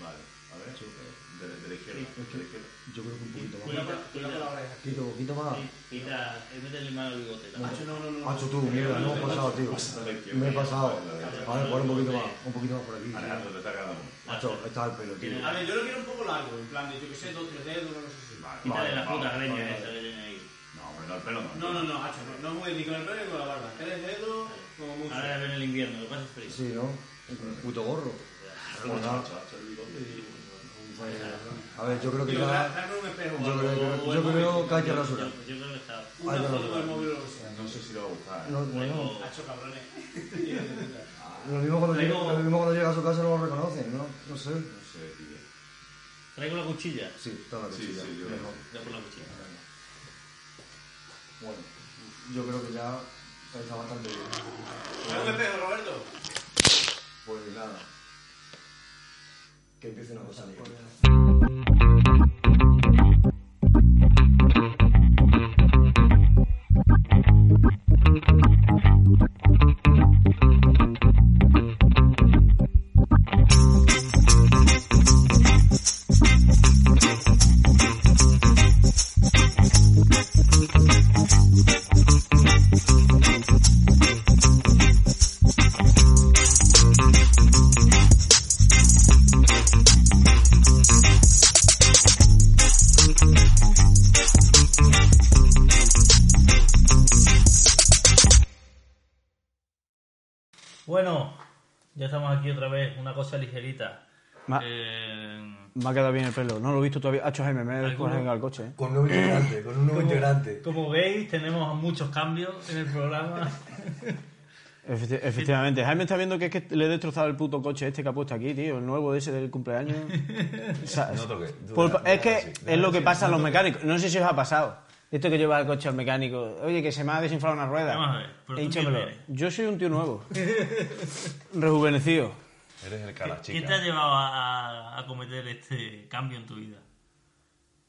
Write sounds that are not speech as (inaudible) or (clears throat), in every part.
Vale, a ver. De, la- de la izquierda. Sí, de la izquierda. Yo creo que un poquito más. Cuidado con- cuidado con la oreja. Poquito, poquito más. Ah, Quita, eh, métele mano al bigote. la Macho, no, no, no. Macho, tú, mierda, no me he pasado, tío. Pasa a la izquierda. Me he pasado. Vale, vale, vale. A ver, pon un poquito más. Un poquito más por aquí. Alejandro, tío. te está cagando. mucho. Macho, ahí está el pelo, tío. A ver, yo lo quiero un poco largo, en plan de, yo que sé, dos, tres dedos, no sé si. Vale, Quítale vale, la vamos, puta vale, greña vale. esa que tiene ahí. No, hombre, no, el pelo no. No, no, no, hacho, no, no juegues ni con el pelo ni con la barba. Tres dedos, como mucho. Ahora ven el invierno, lo pasas frío. Sí, ¿no? Un puto gorro. Macho, Pues nada. macho, macho, el bigote y- A ver, yo creo que Digo, da- ya. dame un espejo. o Yo algo, creo, o yo el creo móvil. que hay que Yo- rasurar. Yo, yo creo que está. Una Ay, no, foto no. con el móvil o lo que sea. No sé si le va a gustar. ¿eh? No, bueno, Traigo- Hacho, (laughs) cabrones. lo mismo cuando llega, Traigo- lo mismo cuando llega a su casa no lo reconocen, ¿no? No sé. No sé, tío. Traigo la cuchilla. Sí, toma que Sí, sí, ya. sí, yo- Mejor. Ya por la cuchilla. Bueno, yo creo que ya está bastante bien. Dame un espejo, Roberto. Pues nada. Que empiece una cosa nueva. Bueno, ya estamos aquí otra vez. Una cosa ligerita. Ma- Eh, Me ha quedado bien el pelo. No lo he visto todavía. Hacho Jaime, me he ¿Alguno? cogido al coche. Con un nuevo integrante, con un nuevo integrante. Como veis, tenemos muchos cambios en el programa. Efecti- efectivamente. Jaime está viendo que es que le he destrozado el puto coche este que ha puesto aquí, tío. El nuevo ese del (laughs) cumpleaños. O sea, No toque. Tú por- déjalo es que así, es déjalo lo que así, pasa a no los toque. mecánicos. No sé si os ha pasado. Esto que lleva el coche al mecánico. Oye, que se me ha desinflado una rueda. Vamos a ver, pero He tú dicho, quién pero eres. yo soy un tío (laughs) nuevo. Rejuvenecido. Eres el (laughs) calachica. ¿Quién te ha llevado a, a- a cometer este cambio en tu vida?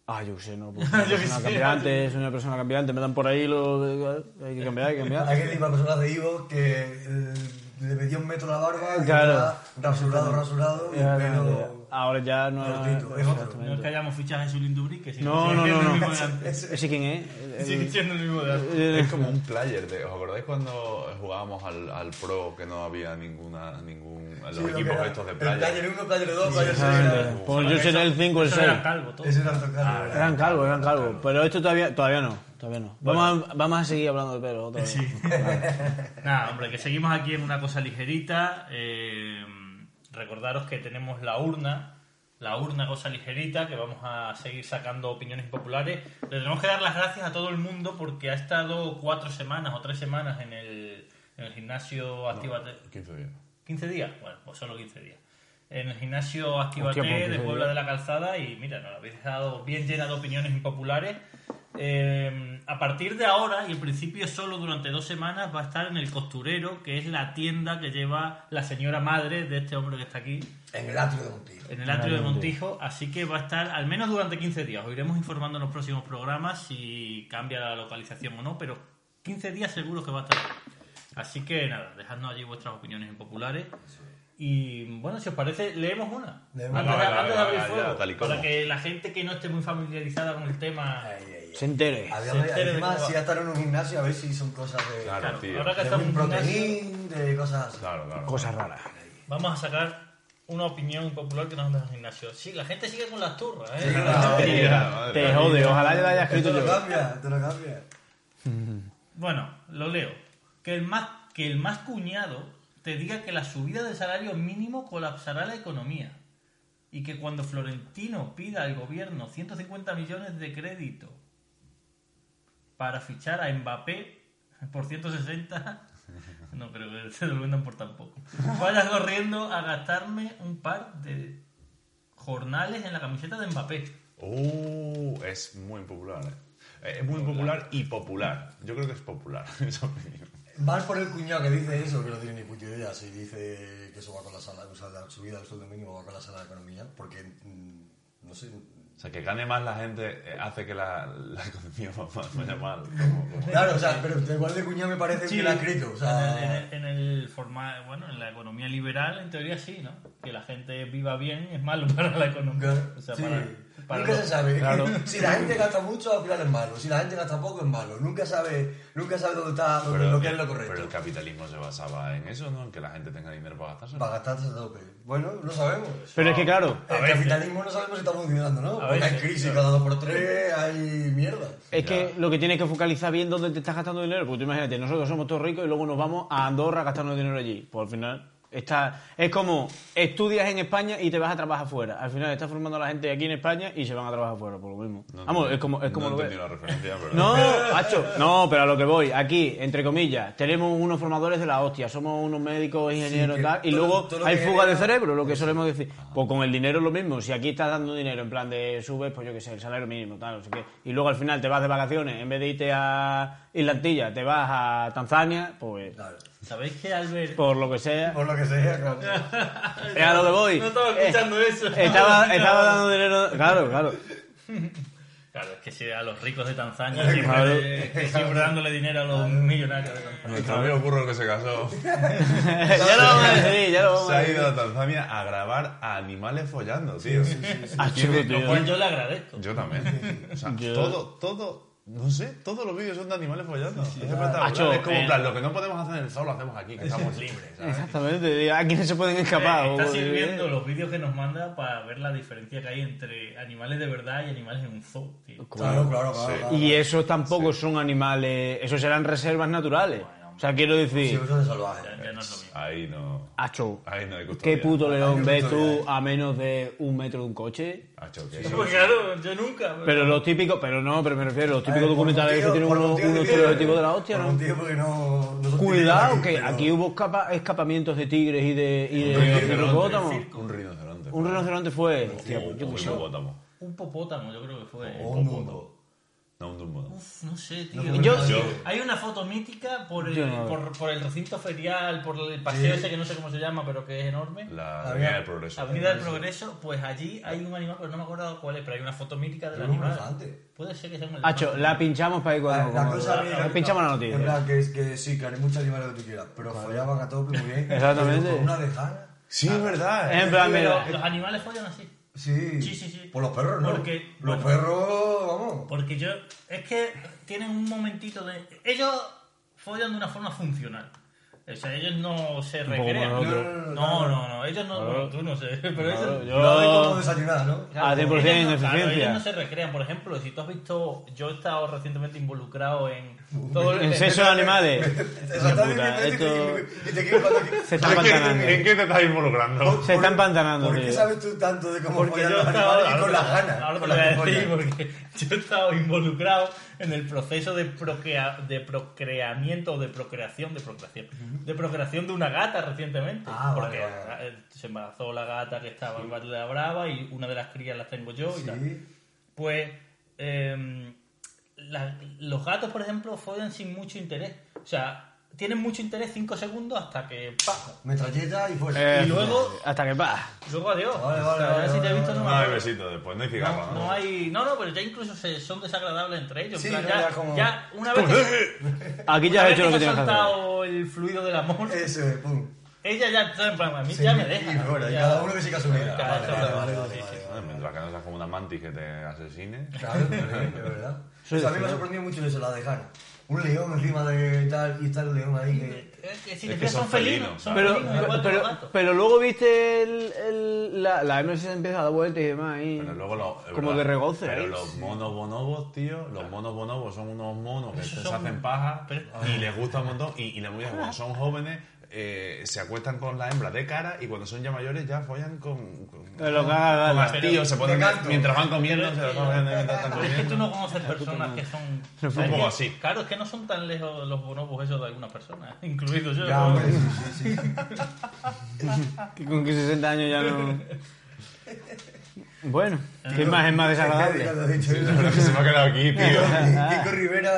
Ah, yo qué sé, no. porque (laughs) soy una persona cambiante, soy una persona cambiante. Me dan por ahí lo... Hay que cambiar, hay que cambiar. Hay que decir para personas de Ivo que eh, le metía un metro a la barba, y Claro. está rasurado, rasurado, y el Ya, no, ya. pelo. Ahora ya no Cortito, es otro. Exactamente. No es que hayamos fichado a Jesús Lindubrique, sino No, que no, sigue no, siendo el no. mismo de antes. ¿Ese quién es? El- el- Sigue siendo el mismo de antes. el- Es como un player. De, ¿Os acordáis cuando jugábamos al, al pro que no había ninguna, ningún. Los Sí, lo que equipos era. estos de El player? player 1, player 2, player 6. Exactamente. Pues yo seré el 5 o el Eso 6. era calvo, todo. Ese era el tocar. Eran calvos, eran calvos. Pero esto todavía, todavía no. Todavía no. Vamos, a, vamos a seguir hablando de pelo otra vez. Sí. Nada, hombre, que seguimos aquí en una cosa ligerita. Eh, recordaros que tenemos la urna, la urna cosa ligerita, que vamos a seguir sacando opiniones populares. Le tenemos que dar las gracias a todo el mundo porque ha estado cuatro semanas o tres semanas en el, en el gimnasio Actívate. 15 días. ¿15 días? Bueno, pues solo 15 días. En el gimnasio Actívate Hostia, pues 15 de días. Puebla de la Calzada y mira, nos lo habéis dejado bien llena de opiniones impopulares. Eh, a partir de ahora y en principio solo durante dos semanas va a estar en El Costurero, que es la tienda que lleva la señora madre de este hombre que está aquí, En el atrio de un tío. en el atrio de Montijo. Así que va a estar al menos durante 15 días. Os iremos informando en los próximos programas si cambia la localización o no, pero 15 días seguro que va a estar. Así que nada, dejadnos allí vuestras opiniones impopulares. Y bueno, si os parece, leemos una. Leemos antes, una. de, antes de abrir Ya, ya, fuego. tal y como. para que la gente que no esté muy familiarizada con el tema. Ay, ay, ay. Se entere. Había Se entere de además, cómo va. si ya están en un gimnasio, a ver si son cosas de, Claro, Claro, tío. ahora que de estamos un en gimnasio, proteín, de cosas así. Claro, claro. Cosas raras. Vamos a sacar una opinión impopular que nos da el gimnasio. Sí, la gente sigue con las turras, ¿eh? claro. Madre mía, madre Te mía. jode, ojalá le haya Esto escrito lo yo. cambia, te lo cambia. Bueno, lo leo. Que el más, que el más cuñado te diga que la subida de salario mínimo colapsará la economía. Y que cuando Florentino pida al gobierno 150 millones de crédito para fichar a Mbappé por 160, (laughs) no creo que (laughs) se lo vendan por tampoco. Vaya corriendo a gastarme un par de jornales en la camiseta de Mbappé. Uh, es muy popular. eh. Es muy popular y popular. Yo creo que es popular (laughs) esa opinión. Vas por el cuñado que dice eso, que no tiene ni puta idea, si dice que eso va con la sala, o sea, la subida del sueldo mínimo va con la sala de economía, porque, mm, no sé, O sea, que gane más la gente eh, hace que la, la economía (laughs) vaya mal. como- como- Claro, o sea, pero igual de cuñado me parece Sí. que la ha escrito. O en, sea, el, en el forma- bueno, en la economía liberal, en teoría sí, ¿no? Que la gente viva bien es malo (laughs) para la economía. nunca- O sea, sí. para, para nunca los- se sabe. Es que claro. (laughs) Si la gente gasta mucho, al final es malo. Si la gente gasta poco, es malo. Nunca sabe, nunca sabe dónde está dónde- lo que es lo correcto. pero el capitalismo se basaba en eso, ¿no? En que la gente tenga dinero para gastarse. Para gastarse a tope. Bueno, no sabemos. Pero es que claro, El capitalismo no sabemos si está funcionando, ¿no? A Porque hay veces, crisis cada dos por tres, hay mierda. es que lo que tienes que focalizar bien dónde te estás gastando dinero. Porque tú imagínate, nosotros somos todos ricos y luego nos vamos a Andorra gastando dinero allí. Pues al final está, es como estudias en España y te vas a trabajar fuera. Al final estás formando a la gente aquí en España y se van a trabajar fuera por lo mismo. No Vamos, entendí- es como, es como no lo entendí ves. la referencia, pero... (laughs) No, macho, no, (laughs) pero a lo que voy, aquí, entre comillas, tenemos unos formadores de la hostia, somos unos médicos, ingenieros Sí, que tal, y todo- luego todo lo hay que fuga de genera- cerebro, lo que solemos decir. Pues con el dinero es lo mismo, si aquí estás dando dinero en plan de subes, pues yo qué sé, el salario mínimo, tal, no sé qué, y luego al final te vas de vacaciones, en vez de irte a Isla Antilla, te vas a Tanzania, pues Claro. ¿Sabéis que Albert... por lo que sea, Por lo que sea, (laughs) claro. es a lo que voy. No estaba Eh, escuchando eso. Estaba, estaba dando dinero, claro, claro. Claro, es que si a los ricos de Tanzania Claro. siempre, (laughs) que siempre dándole dinero a los millonarios. Nuestro amigo burro que se (laughs) casó ya lo vamos a decir, ya lo vamos se a ha decir. ido a Tanzania a grabar a animales follando, tío. (laughs) Ah, chulo, tío. Lo cual yo le agradezco. Yo también. O sea, Yo- todo, todo, no sé, todos los vídeos son de animales follando. es espectacular. Acho, es como, en eh. plan, lo que no podemos hacer en el sol lo hacemos aquí, que estamos (laughs) libres. ¿sabes? Exactamente, digo, aquí no se pueden escapar. Eh, está o- sirviendo los vídeos que nos manda para ver la diferencia que hay entre animales de verdad y animales en un zoo. tío. Claro, claro, claro. Sí. claro. Y esos tampoco son animales, esos serán reservas naturales. o sea, quiero Sí, decir, uso de salvaje. Ya, ya no es lo mismo. Ahí no. acho, Ahí no hay custodia. ¿qué puto Ahí león no ves custodia, tú a menos de un metro de un coche? Acho, que Pues claro, yo nunca. Pero los típicos, pero no, pero me refiero, los A ver, típicos Eh, por documentales que motivo- tienen por unos motivo unos que tiene- estereotipos de la hostia, por ¿no? motivo porque no- no son Cuidado, típicos que pero- aquí hubo escapa- escapamientos de tigres y de, y de hipopótamos. rinoceronte. Un rinoceronte. Un rinoceronte fue. Hostia, Un pues yo qué sé. hipopótamo. Un popótamo, yo creo que fue. Oh, O un mundo. Hipopótamo. No, un dumbo. Uf, no sé, tío. No, Yo- yo- Hay una foto mítica por el, Yo no la por, por el recinto ferial, por el paseo ese que no sé cómo se llama, pero que es enorme. La Había- Avenida del Progreso. Avenida del Progreso, pues allí hay un animal, pero no me acuerdo cuál es, pero hay una foto mítica del Era un animal. elefante. Puede ser que sea un elefante. Acho, la pinchamos para ir La, cuando. la como- cosa la pinchamos la noticia. En plan, que, es- que sí, que haré muchos animales que tú quieras, pero follaban a tope muy (laughs) bien. Exactamente. Pero con una lejana. Sí, es Ah. (laughs) verdad. En eh, plan, Pero mira, los animales follan así. Sí. Sí, sí, sí. Por los perros, ¿no? Porque- Los bueno. perros, vamos. Porque yo. Es que tienen un momentito de. Ellos follan de una forma funcional. O sea, ellos no se poco recrean. más No, otro. no, no, no, Ellos no. bueno, tú no sé. (laughs) Pero Claro, ellos. yo- Lo hacen como desayunar, ¿no? A 100% en ellos no, claro, eficiencia. ellos no se recrean. Por ejemplo, si tú has visto. Yo he estado recientemente involucrado en. Todo En sexo (laughs) de animales. O sea, estás diciendo Esto- esto y te quedas cuando aquí. (laughs) (laughs) Se está empantanando. eh, ¿En qué te estás involucrando? Se está empantanando, ¿Por qué tío. sabes tú tanto de cómo Porque follan yo los estaba. animales y con las ganas? ahora te con lo las que voy a decir, follan? porque (laughs) yo he estado involucrado en el proceso de, procrea- de procreamiento o de procreación, de procreación, de procreación de una gata recientemente. Ah, porque vale, vale. eh, se embarazó la gata que estaba en Batalla Brava y una de las crías las tengo yo y tal. Sí. Pues eh, la- los gatos, por ejemplo, follan sin mucho interés. O sea, tienen mucho interés 5 segundos hasta que ¡pa! Metralleta y fuera. Eh, Y luego- Hasta que va. Luego adiós. Vale, O sea, vale, vale, si te he vale, visto, vale. no No me hay acuerdo. besito después, no hay No, cigarro. no hay. No, no, pero ya incluso se, son desagradables entre ellos. Sí, En plan, no, ya, ya como- ya una vez que, (laughs) Aquí una ya has vez hecho lo que tienes que hacer. saltado el fluido del amor, Eso es, pum. ella ya está en plan, a mí Sí, ya me deja. Y fuera, y ya- cada uno que siga su vida. Cada Vale, uno vale, lo- vale, sí, vale, sí, vale, Joder, vale. Mientras que no seas como una mantis que te asesine. Claro, (laughs) es verdad. Soy O sea, a mí me ha de Fran. sorprendido mucho eso, la de Hannah. Un león encima de tal, y está el león ahí. (laughs) Que... Es que si Es te que fijas, son son felinos. felinos, Son Pero, felinos, igual que pero, los gatos. pero luego viste el, el- la, la MS empieza a dar vueltas y demás. ahí. Pero luego los, es Como verdad, de regoce, Pero ¿eh? los monos bonobos, tío, los monos bonobos son unos monos que Esos se son- hacen paja Pero- y les gusta un montón. Y, y la movida es cuando son jóvenes, eh, se acuestan con la hembra de cara y cuando son ya mayores ya follan con. con Pero lo que haga, con gala. hastío, se ponen de canto. mientras van comiendo, Pero se es lo que- comen mientras están Pero es que tú comiendo. no conoces personas que son. Se fue un poco es que- así. Claro, es que no son tan lejos los bonobos esos de algunas personas, (laughs) incluido yo. Ya, ¿no? hombre, sí, sí, sí. (laughs) Que con que 60 años ya no. Bueno, qué imagen más desagradable. Ya lo he dicho. La verdad es que (laughs) se me ha quedado aquí, (laughs) tío. Kiko Rivera,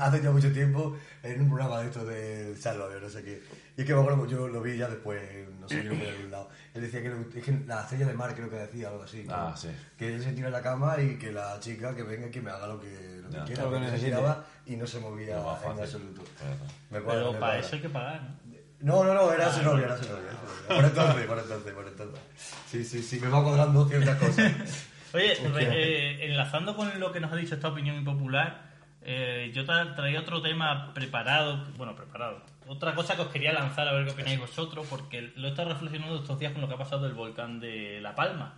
(laughs) hace ya mucho tiempo, en un programa de estos de Charlotte, no sé qué. Y es que me acuerdo que yo lo vi ya después, no sé, yo lo vi en algún lado. Él decía que, le gust- es que la estrella de mar, creo que decía algo así. Ah, ¿no? sí. Que él se tira en la cama y que la chica que venga y que me haga lo que, lo que Ya, quiera, lo que porque se necesite. tiraba y no se movía Lo más en fácil. absoluto. Pues ya está. Me cuadra, Pero me para cuadra. eso hay que pagar, ¿no? No, no, no, era su novia, era su novia. era su novia. Por entonces, por entonces, por entonces. Sí, sí, sí, me va cuadrando ciertas cosas. Oye, re- eh, enlazando con lo que nos ha dicho esta opinión impopular, eh, yo tra- traía otro tema preparado, bueno, preparado. Otra cosa que os quería lanzar a ver qué opináis vosotros, porque lo he estado reflexionando estos días con lo que ha pasado del volcán de La Palma.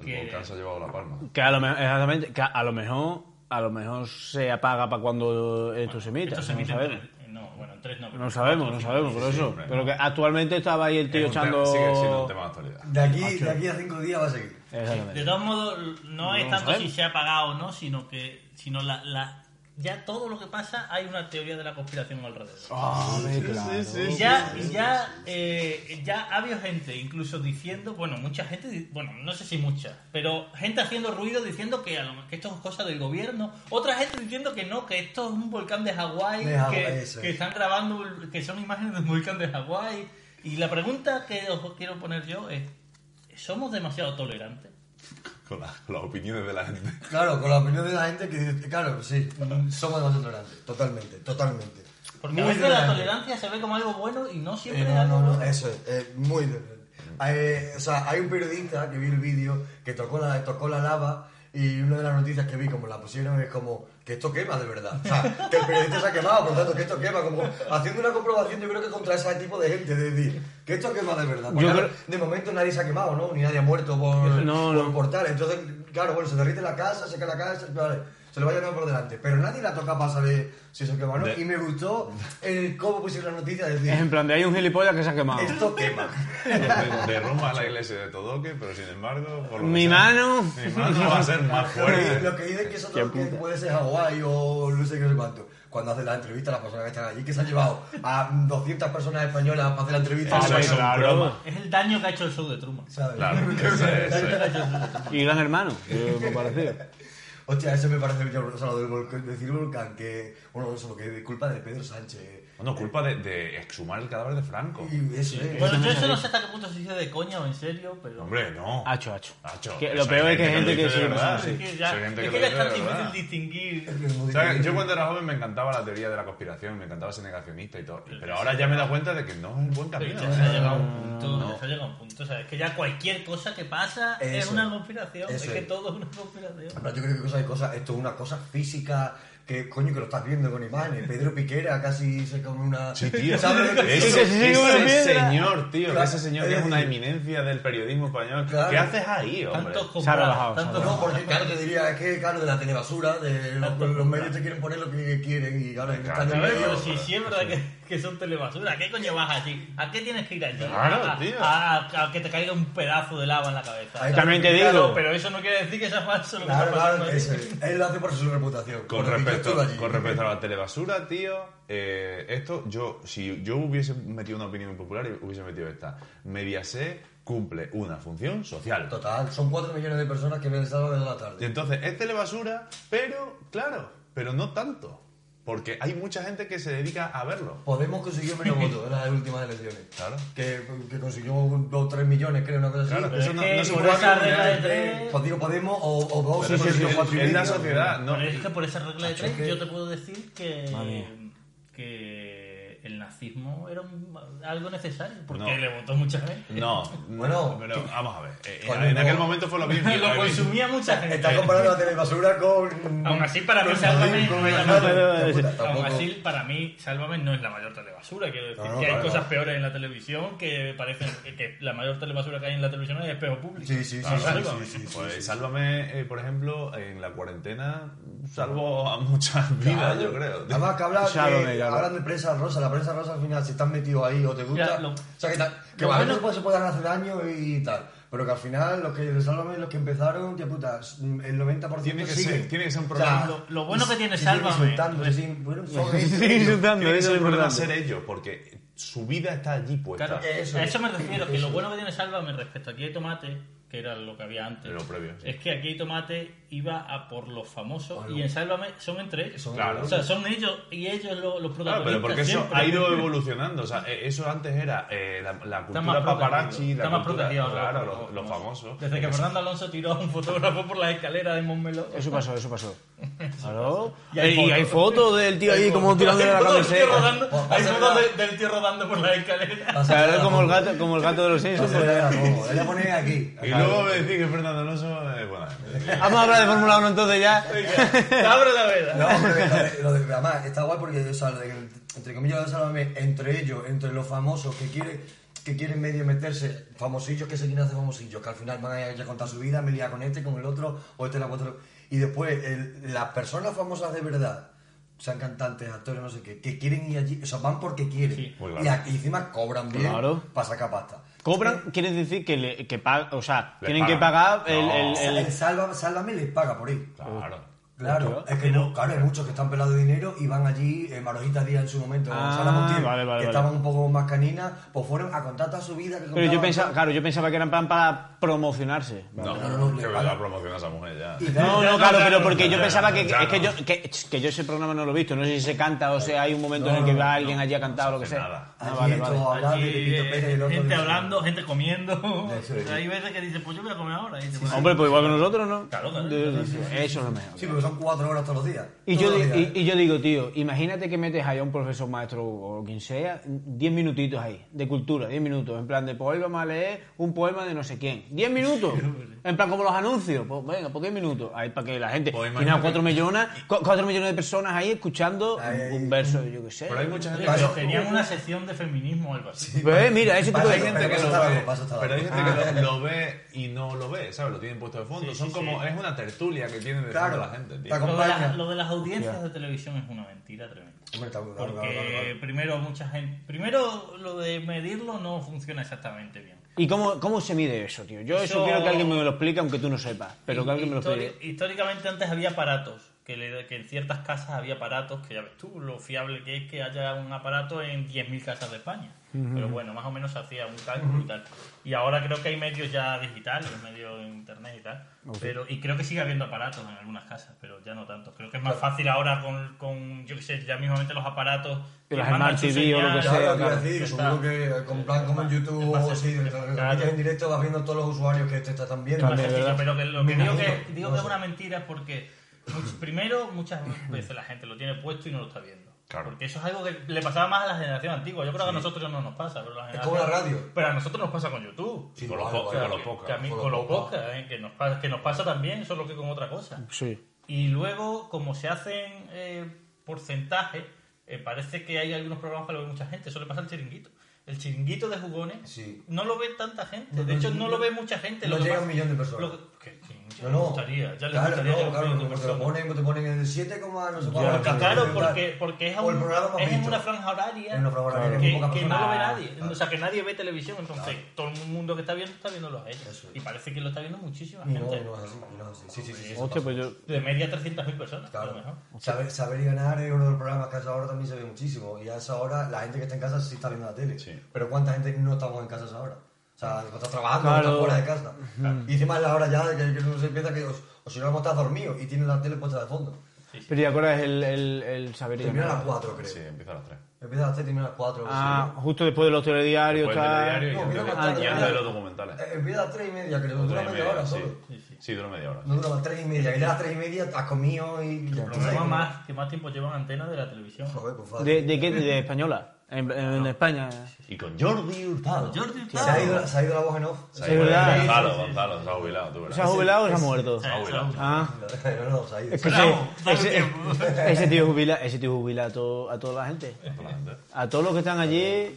El Que- volcán se ha llevado la palma. Que a lo mejor, exactamente, que a lo mejor, a lo mejor se apaga para cuando esto se emita. Esto se no emite en sabemos. tres- eh, no, bueno, en tres no. pero No en sabemos, cuatro, no cinco. sabemos, por sí, eso. hombre. Pero que actualmente estaba ahí el tío Es un tema- echando. Sigue siendo un tema de actualidad. De aquí, de aquí a cinco días va a seguir. De Exactamente. todos modos, no es lo tanto si sabemos. se ha pagado o no, sino que sino la, la- ya todo lo que pasa hay una teoría de la conspiración alrededor. Ah, Y ya, y ya, eh, ya ha habido gente incluso diciendo, bueno, mucha gente, di- bueno, no sé si mucha, pero gente haciendo ruido diciendo que, a lo- que esto es cosa del gobierno, otra gente diciendo que no, que esto es un volcán de Hawái, De Hawái, que, eso que es. están grabando, el- que son imágenes de un volcán de Hawái. Y la pregunta que os quiero poner yo es, ¿somos demasiado tolerantes? Con, la- con las opiniones de la gente. (laughs) Claro, con la opinión de la gente que dice, claro, sí, somos demasiado tolerantes, totalmente, totalmente. Porque a Muy veces la tolerante. tolerancia se ve como algo bueno y no siempre Eh, es no, no, algo no, bueno. eso es, eh, muy tolerante. Eh, o sea, hay un periodista que vi el vídeo que tocó la, tocó la lava y una de las noticias que vi, como la pusieron, es como que esto quema de verdad. O sea, que el periodista se ha quemado, por tanto, que esto quema. Como haciendo una comprobación, yo creo que contra ese tipo de gente, de decir, que esto quema de verdad. Porque, Yo claro, creo- De momento nadie se ha quemado, ¿no? Ni nadie ha muerto por, No, por no. portal. Entonces, claro, bueno, se derrite la casa, se cae la casa, vale, se le va a llenar por delante. Pero nadie la toca para saber si se quema o no. De- Y me gustó el cómo pusieron la noticia, es Es decir, en plan de hay un gilipollas que se ha quemado. esto quema. De- Derrumba la iglesia de Todoque, pero sin embargo. por lo que Mi sea, mano. Mi mano va a ser más Lo (laughs) que- Lo fuerte. que dicen que eso Qué todo que puta. puede ser Hawái o no sé qué no sé cuánto. Cuando hacen la entrevista, las personas que están allí, que se han llevado a 200 personas españolas para hacer la entrevista. Eso Hombre, es un claro. broma. Es el daño que ha hecho el show de Truman. ¿sabes? (laughs) Claro, que ese es- Y (laughs) gran hermano. yo, me pareció. Hostia, eso me parece yo, o sea, lo del volcán, decir volcán, que, bueno, eso, que es culpa de Pedro Sánchez. No, culpa de, de exhumar el cadáver de Franco. Y eso ¿eh? es. Bueno, yo eso no sé hasta qué punto se dice de coña o en serio, pero... Hombre, no. Ah, Hacho, hacho. Hacho, Que eso lo hay peor es que hay gente lo que dice sí. de verdad. (laughs) Es sí. que Soy ya, gente es que que lo dice ya es tan de difícil verdad. distinguir. O sea, yo cuando era joven me encantaba la teoría de la conspiración, me encantaba ser negacionista y todo. Y- Pero ahora ya me he dado cuenta de que no es el buen Pero camino. ya se ha ¿eh? llegado a un punto, ya se ha llegado a un punto. O sea, es que ya cualquier cosa que pasa es Eso una es. conspiración. Eso es que es. todo es una conspiración. Pero yo creo que cosas, hay cosas, esto es una cosa física que coño que lo estás viendo con imágenes. Pedro Piquera casi se con una. Sí, tío. ¿Sabes lo que Es Ese, que sí, ese una piedra. señor, tío, que Claro, ese señor que es es una decir- eminencia del periodismo español. Claro. ¿Qué haces ahí, hombre? Tantos Se ha comprados, relajado, se ha tantos relajado. No, porque claro, te diría, es que claro, de la telebasura, de los, los medios te quieren poner lo que quieren y claro, Claro, están en A el ver, tío, pero medio. si pero- sí es verdad que, que son telebasura, ¿a qué coño vas allí? ¿A qué tienes que ir allí? Claro, a, tío. A, a- a que te caiga un pedazo de lava en la cabeza. Ahí O sea, También te claro, digo. pero eso no quiere decir que sea falso lo que Claro, está pasando claro, allí. eso es. él lo hace por su reputación. Con por lo que yo respecto, estuve allí. con respecto a la telebasura, tío, eh, esto, yo, si yo hubiese metido una opinión impopular, hubiese metido esta. Mediaset cumple una función social. Total, son 4 millones de personas que ven el sábado de la Y tarde. entonces es telebasura, pero, claro, pero no tanto. Porque hay mucha gente que se dedica a verlo. Podemos (laughs) consiguió menos votos en las últimas elecciones. Claro. Que, que consiguió 2 o 3 millones, creo, una cosa así. Claro, Pero eso es no, que no se por puede esa hacer regla un de tres- Pues digo, Podemos o, o dos, Pero consiguió es- cuatro y es la medio. sociedad, no. Pero es que por esa regla de Macho, es tres que- yo te puedo decir Madre mía. que, que el nazismo era un- algo necesario, porque No. le votó mucha gente. No, Bueno, bueno, pero vamos a ver. eh, Coño, en no. aquel momento fue lo (laughs) mismo. (laughs) lo consumía mucha gente. Está comparando la telebasura con. Aún así, para mí, con- Sálvame con- no es la con- mayor- puta, Aún tampoco- así, para mí, Sálvame no es la mayor telebasura. Quiero decir No, no, que hay claro, cosas no. peores en la televisión que parecen que, que la mayor telebasura que hay en la televisión es espejo público. Sí, sí, sí, Ah, sí, Sálvame. sí, sí, sí, Pues sí, sí. sálvame, eh, por ejemplo, en la cuarentena, salvo a muchas (laughs) vidas, Ah, (laughs) yo creo. Además que, hablan Sálvame, que claro. hablan de prensa rosa, la prensa rosa al final si estás metido ahí o te gusta, Ya, lo- o sea que, tal, que lo a veces bueno- pues, se puedan hacer daño y tal, pero que al final los que de Sálvame, los que empezaron, que puta, el 90% Tiene que siguen. ser- tiene que ser un O sea, programa- Lo- lo bueno que tiene eh. se siguen Sálvame- insultando, se siguen- (laughs) bueno, son ellos. Sigue insultando, Tiene que eso ser es un problema ser importante. ellos, porque su vida está allí puesta. Claro, Eso a es. eso me refiero, que Eso lo es. bueno que tiene Sálvame respecto a aquí hay tomate que era lo que había antes. Lo previo, sí. Es que aquí Tomate iba a por los famosos Bueno. y en Sálvame son entre ellos. Son- Ah, Claro. O sea, son ellos y ellos lo- los Claro, protagonistas. pero porque eso siempre. ha ido evolucionando. O sea, eh, eso antes era eh, la, la más cultura protegido, paparazzi, la está más cultura- protegido ahora, claro, por los, los famosos. Desde que Fernando Alonso tiró a un fotógrafo por la escalera de Montmeló. Eso pasó, eso pasó. Claro. Y hay Eh, Y fotos. hay fotos del tío ahí Hay como fotos- tirándole hay la fotos del tío camiseta. rodando- Pues Hay pasa fotos nada. de- del tío rodando por la escalera. (laughs) Pasa Claro, nada, como el como- gato, como el gato de los Simpsons. pasa nada, como- Le voy a poner aquí. Y luego me decís que Fernando Alonso eh, es buena gente. Vamos a hablar de Fórmula 1 entonces ya. Abre la veda. No, hombre, lo de- lo de- además está guay porque, o sea, lo de que, entre comillas, de Sálvame, entre ellos, entre los famosos que quieren que quieren medio meterse, famosillos que se quieren hacer famosillos, que al final van a ir a contar su vida, me lía con este, con el otro, o este, la otro. Y después, el- las personas famosas de verdad, sean cantantes, actores, no sé qué, que quieren ir allí, o sea, van porque quieren. Sí. Muy y, claro. a- y encima cobran bien Claro. para sacar pasta. Cobran, quiere decir que, le- que pagan, o sea, Les tienen pagan. que pagar el, No. el- el- El Sálvame, Sálvame les paga por ir. Claro. Claro, es que no, claro, hay muchos que están pelados de dinero y van allí, eh, Marojita Díaz en su momento, Ah, Sara Montiel, vale, vale, que vale. estaban un poco más caninas, pues fueron a contar toda su vida. Que Pero yo contaban- pensaba, claro, yo pensaba que eran plan para promocionarse. No, No, no, no, que le me pagan. da promoción a esa mujer ya. Y claro, No, no, claro, ya, pero ya, ya, porque yo ya, pensaba que, ya, es que no. yo, que, que yo ese programa no lo he visto, no sé si se canta o sea, hay un momento en el No, que no, va alguien allí a cantar o lo que hace sea. nada. Ah, allí vale, todo vale. hablando de Aquí, eh, Pepito Pérez, el otro, gente no sé. hablando, gente comiendo. Eso es. Hay veces que dices, pues yo voy a comer ahora. Y dices, bueno, Hombre, pues igual que nosotros, ¿no? Claro, claro. De- Eso es lo mejor. Sí, porque son cuatro horas todos los días. Y Todos yo, los di- días, y, y yo digo, tío, imagínate que metes ahí a un profesor maestro o quien sea, 10 minutitos ahí, de cultura, 10 minutos, en plan de, pues hoy vamos a leer un poema de no sé quién. 10 minutos, en plan como los anuncios, pues venga, pues 10 minutos, ahí para que la gente, Pues tiene imagínate. 4 millones, 4 millones de personas ahí escuchando un- Ahí. un verso, yo qué sé. Pero hay mucha gente oye, Para pero eso- tenían una sección de feminismo o algo así. Pues mira, ese Para tipo de eso- gente. gente que Pero lo pasa ve, algo, pasa algo. pero hay gente que lo, lo ve y no lo ve, ¿sabes? Lo tienen puesto de fondo. Sí, Son sí, como, sí. es una tertulia que tienen de Claro. fondo la gente, tío. Está con- Lo de, las- Acompaña. lo de las audiencias de televisión es una mentira tremenda. Hombre, está muy claro, claro, claro, Porque claro. primero mucha gente, primero lo de medirlo no funciona exactamente bien. ¿Y cómo, cómo se mide eso, tío? Yo eso Eso- quiero que alguien me lo explique, aunque tú no sepas, pero que alguien me lo Histori- explique. Históricamente antes había aparatos, que, le- que en ciertas casas había aparatos, que ya ves tú, lo fiable que es que haya un aparato en 10.000 casas de España. Pero bueno, más o menos se hacía un cálculo y tal. Y ahora creo que hay medios ya digitales, medios en internet y tal. Pero, y creo que sigue habiendo aparatos en algunas casas, pero ya no tanto. Creo que es más fácil ahora con, con yo qué sé, ya mismamente los aparatos... Y las que mandan Smart su TV o lo que Claro, sea, señal. te iba a claro. decir, Ya seguro está. que eh, con plan como en Es YouTube más o así, sencillo, en claro. en directo vas viendo todos los usuarios que te están viendo. Más sencillo, ¿verdad? pero que lo Me que digo, imagino. que, digo No que sé. es una mentira es porque, much- primero, muchas veces la gente lo tiene puesto y no lo está viendo. Claro. Porque eso es algo que le pasaba más a la generación antigua. Yo creo que a nosotros no nos pasa. Pero la generación- como la radio. Pero a nosotros nos pasa con YouTube. Sí, con los vale, po- vale. con los Que a podcasts. mí con con los los podcasts, eh, que, nos pasa, que nos pasa también, solo que con otra cosa. Sí. Y luego, como se hacen eh, porcentajes, eh, parece que hay algunos programas que lo ve mucha gente. Eso le pasa al chiringuito. El chiringuito de jugones Sí. no lo ve tanta gente. No, de no, hecho, no, no lo ve mucha gente. no lo que llega a pasa- un millón de personas. lo que- que- que- No, ya les no. gustaría, ya les claro, gustaría no, llegar a un claro, millón de como te lo personas. ponen, te ponen en el 7, no sé Claro, cuánto. claro, porque, porque es, a O el un- programa más es en visto. una franja horaria, En una franja horaria, que, con pocas que no personas. lo ve nadie. Ah, Claro. O sea, que nadie ve televisión, entonces todo el mundo que está viendo está viéndolo a ellos. Eso es. Y parece que lo está viendo muchísima Y gente. no, y no es así, y no es así. Sí, sí, sí, sí, eso Hostia, pues yo... De media 300.000 personas, a lo Claro, mejor. saber, saber y ganar es uno de los programas que a esa hora también se ve muchísimo. Y a esa hora la gente que está en casa sí está viendo la tele. Sí. Pero ¿cuánta gente no estamos en casa a esa hora? O sea, que estás trabajando, Claro. estás fuera de casa. Y encima es la hora ya de que, que uno se empieza que, o, o si no, hemos estado dormido y tienes la tele puesta de fondo. Pero ya acuerdas el, el, el saber y Termina a ganar. las 4, creo. Sí, empieza a las 3. Empieza a las 3 y termina a las 4. Ah, justo después de los telediarios, Después del tal. diario No, y antes mira, de- cuando- y antes de los documentales. Empieza a las 3 y media, creo. Eh, Dura Dura media hora sí. solo. Sí, dura media hora. No dura más 3 y media. Y ya a las 3 y media has comido y... El programa más, que más tiempo llevan antenas de la televisión. (laughs) Joder, pues fácil. ¿De, de qué? ¿De española? En, en España. Y con Jordi Hurtado. Jordi Se ha, ido, se ha ido la voz en off. Sí, verdad. Gonzalo, Gonzalo, se ha jubilado, tú verás. ¿Se ha jubilado o se ha muerto? Sí, jubilado. sí. Ah. No, no, se ha ido. Es que Bravo, ese- dale ese, tiempo. ese tío jubila, ese tío jubila a, todo- a toda la gente. A todos los que están allí.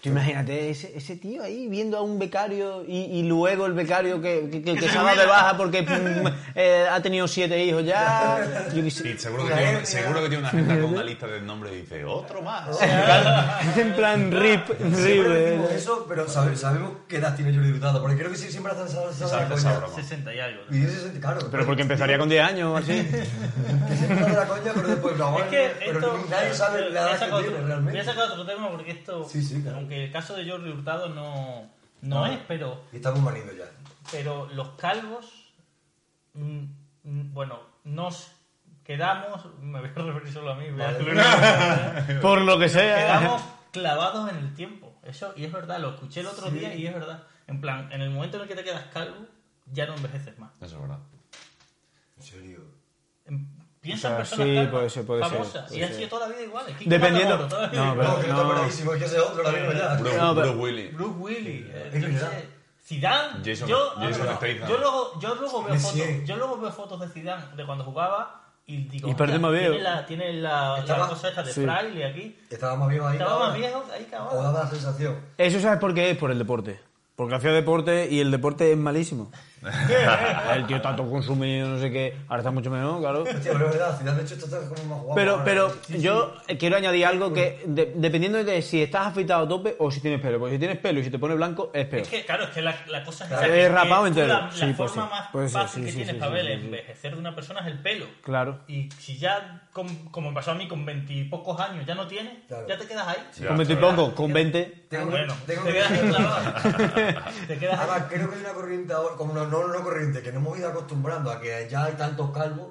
Tú imagínate ese, ese tío ahí viendo a un becario y, y luego el becario que, que, que- que se va de baja porque mm, eh, ha tenido siete hijos ya. Yo qué sé. Y seguro que, Una tiene, hernia. seguro que tiene una agenda con una lista de nombres y dice, otro más. (laughs) En plan rip, rip. Siempre decimos eh. eso, pero sabe- sabemos qué edad tiene Jordi Hurtado, porque creo que sí, siempre hacen esa, esa, Exacto, esa esa coña. broma. 60 y algo. Y ese es- claro, Pero porque empezaría con 10 años o así. que siempre hace la coña, pero después lo Es aguanta, que pero esto, ni- nadie sabe voy la a edad que sacar tiene otro- Voy a realmente. sacar otro tema porque esto, Sí, sí, claro. aunque el caso de Jordi Hurtado no, No Ah. es, pero, Y estamos manidos ya. pero los calvos, mm, mm, bueno, nos quedamos, me voy a referir solo a mí, voy a Vale. (laughs) incluir- Por lo que quedamos sea. clavados en el tiempo. Eso, y es verdad, lo escuché el otro día y es verdad. En plan, en el momento en el que te quedas calvo, ya no envejeces más. Eso es verdad. En serio. En- Em, Piensa en O sea, personas sí, calvas, puede ser, puede ser, famosas, puede y ha ser. sido toda la vida igual. es King Dependiendo- Kong, toda la vida no, igual. Pero no, que está no. buenísimo, es que ese es otro, ahora mismo ya. Bro, No, pero- bro Willy. Bruce Willis, eh, Es yo qué verdad. sé, Zidane, Jason- yo, Jason yo- Statham. yo luego, yo luego veo Messi. fotos, yo luego veo fotos de Zidane de cuando jugaba y digo, Y perdemos "Hostia, video". tiene la, tiene la, Estaba- la cosa esta de sí. fraile aquí, Estaba más viejo ahí. estaba más ahora. viejo ahí O cabrón. daba la sensación. Eso sabes por qué es, por el deporte. Porque hacía deporte y el deporte es malísimo. el tío tanto consumido, no sé qué. Ahora está mucho mejor, claro. Hostia, pero es verdad, al final de hecho esto está como más guapo. Pero, ahora. pero Sí, sí. yo quiero añadir algo que de- dependiendo de si estás afeitado a tope o si tienes pelo. Porque si tienes pelo y si te pones blanco, es peor. Es que, claro, es que la, la cosa es Claro, esa, que- es rapado que tú entero. La, la Sí, puede forma ser, más puede ser, fácil sí, que sí, tienes sí, para sí, ver sí, el sí. envejecer de una persona es el pelo. Claro. Y si ya, com- como me pasó a mí con veintipocos años, ya no tienes, Claro. ya te quedas ahí. Ya, con 20 y claro. poco, con 20. Tengo- Ah, bueno, tengo te que- quedas ahí clavado. te quedas ahí. (laughs) Además, creo que hay una corriente ahora, como no, no, no corriente, que nos hemos ido acostumbrando a que ya hay tantos calvos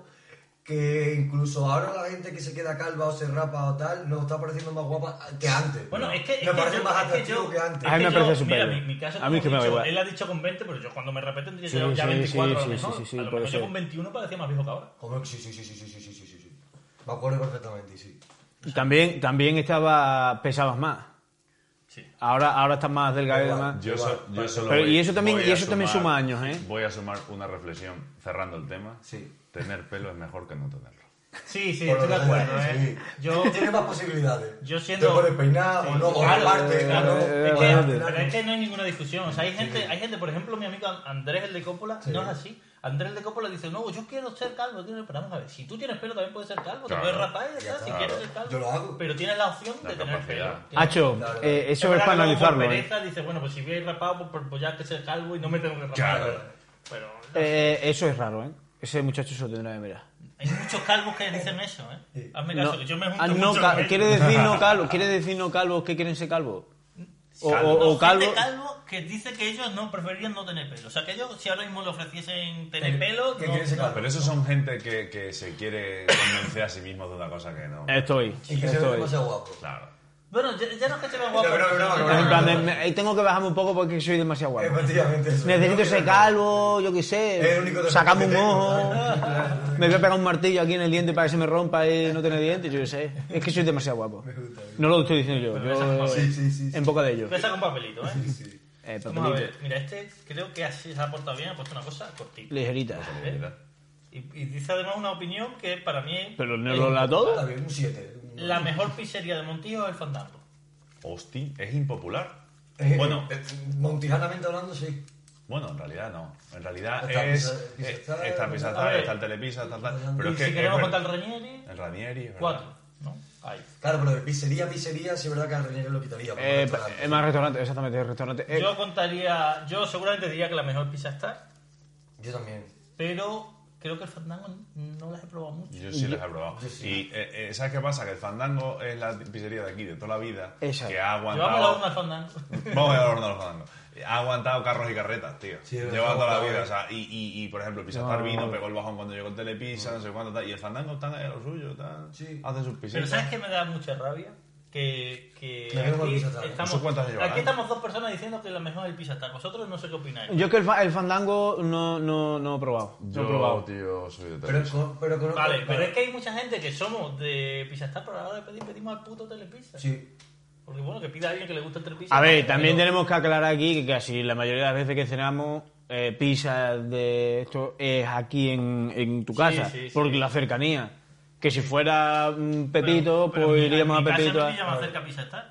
que incluso ahora la gente que se queda calva o se rapa o tal nos está pareciendo más guapa que antes. Bueno, es que. es Me que parece yo- más es que atractivo yo- Ah. que antes. A mí me es que yo- parece Mira, súper. mi, mi caso, A mí es que como me da he dicho, igual. Él ha dicho con 20, pero yo cuando me repete tendría Sí, ya, ya sí, 24 a sí, lo mejor. sí, sí, sí, a lo puede mejor yo ser. con 21 parecía más viejo que ahora. Como que sí, sí, sí, sí, sí, sí, sí, sí, sí, sí. Me acuerdo perfectamente, sí. También, también estaba, pesabas más. Sí. Ahora, ahora estás más delgado y Igual. demás. Yo, so- yo solo Pero, voy- y eso también- voy y a eso también sumar- suma años, ¿eh? Voy a sumar una reflexión cerrando el tema. Sí. Tener pelo es mejor que no tenerlo. Sí, sí, Por lo estoy de que acuerdo, sea, ¿eh? sí. Yo. (laughs) Tiene más posibilidades. Yo siendo- Te puedes peinar o Sí, no, o claro, raparte, claro. o no. Eh, Es que- Adelante. pero es que no hay ninguna discusión. O sea, hay gente, hay gente, por ejemplo, mi amigo An- Andrés el de Coppola, no es así. Andrés el de Coppola dice, no, yo quiero ser calvo, quiero- pero vamos a ver, si tú tienes pelo también puedes ser calvo, Claro. te puedes rapar y ya Ya está, si está. quieres ser calvo. Yo lo hago. Pero tienes la opción La de tener capacidad. pelo. Tienes- Hacho, Claro. eh, eso es verdad para que luego por analizarlo. ¿eh? pereza dice, bueno, pues si voy a ir rapado, pues, pues, pues ya que ser calvo y no me tengo que rapar. Claro. Pero Eh, eso es raro, ¿eh? Ese muchacho se lo tendrá que mirar. hay muchos calvos que dicen eso, ¿eh? Hazme caso, que yo me junto ah, no, mucho ca- con ellos. quiere decir (laughs) no calvo, quiere decir no calvos que quieren ser calvos. O, Calvo. o- o No, calvo. gente calvo que dice que ellos no preferían no tener pelo. O sea, que ellos, si ahora mismo le ofreciesen tener Eh, ¿Qué- pelo, qué no- quiere ser no. calvo? Pero eso son gente que, que se quiere convencer a sí mismos de una cosa que no. Estoy, Y que se ve estoy. demasiado guapo. Claro. Bueno, ya, ya no es que se vea guapo. No, no, no, no, En plan, me- me- ahí tengo que bajarme un poco porque soy demasiado guapo. Efectivamente eso. Necesito ser calvo, yo qué Es el único sé. defecto Sacame que un tengo, ojo. ¿sabes? Me voy a pegar un martillo aquí en el diente para que se me rompa y no tener dientes, yo qué sé. Es que soy demasiado guapo. No lo estoy diciendo yo, yo Sí, sí, sí, sí. en boca de ellos. Empieza con papelito, ¿eh? Eh, Vamos a ver. papelito, Mira, este creo que así se ha portado bien, ha puesto una cosa cortita. ligerita. ¿eh? Y, y dice además una opinión que para mí es Pero no lo la todo. Está bien, un 7. la mejor pizzería de Montijo es el Fandango. Hostia, es impopular. Bueno, Bueno, montijanamente hablando, sí. Bueno, en realidad no. En realidad Esta es. pizza- eh, pizza está- esta pizza a está, ver. está el telepizza, está tal. Pero Y es que. si es queremos verdad. contar el Ranieri, El Ranieri, es verdad. cuatro, ¿no? Ahí. Claro, pero de pizzería, pizzería, sí es verdad que al Ranieri lo quitaría. por Eh, restaurante. es más restaurante, exactamente, es restaurante. Eh, Yo contaría, yo seguramente diría que la mejor pizza está, Yo también. pero creo que el Fandango no las he probado mucho. Yo sí les he probado. yo sí. Y eh, eh, ¿sabes qué pasa? Que el fandango es la pizzería de aquí, de toda la vida, Esa. que ha Llevamos la una aguantado. al Fandango. Vamos a llevar uno de los fandangos. Ha aguantado carros y carretas, tío. Sí, es Lleva toda la verdad. vida. O sea, y, y, y, por ejemplo, Pizza No. Star vino, pegó el bajón cuando llegó el Telepizza, no sé cuánto, tal. Y el fandango está ahí a lo suyo, tal. Mm. Sí. Hace sus pizzerías. (laughs) Pero ¿sabes qué me da mucha rabia? Que, que Que hagamos el aquí, Pizza Tag. ¿Eso cuántas estamos, llevarán? aquí estamos dos personas diciendo que la mejor es el Pizza Tag. Vosotros no sé qué opináis. Yo que el, fa- el fandango no, no, no he probado. No he Yo, probado. tío, soy de Pero, Telepizza. con, pero con Vale, pero es que hay mucha gente que somos de Pizza Tag, pero a la hora de pedir pedimos al puto Telepizza. Sí. Porque bueno, que pida a alguien que le guste el Telepizza. A ver, Pero- también tenemos que aclarar aquí que casi la mayoría de las veces que cenamos eh, pizza de esto es aquí en, en tu casa, sí, sí. por la cercanía. Que si fuera mm, Pepito, pero pues mira, iríamos en mi a casa Pepito. me pilla a- más cerca Pizza Tag,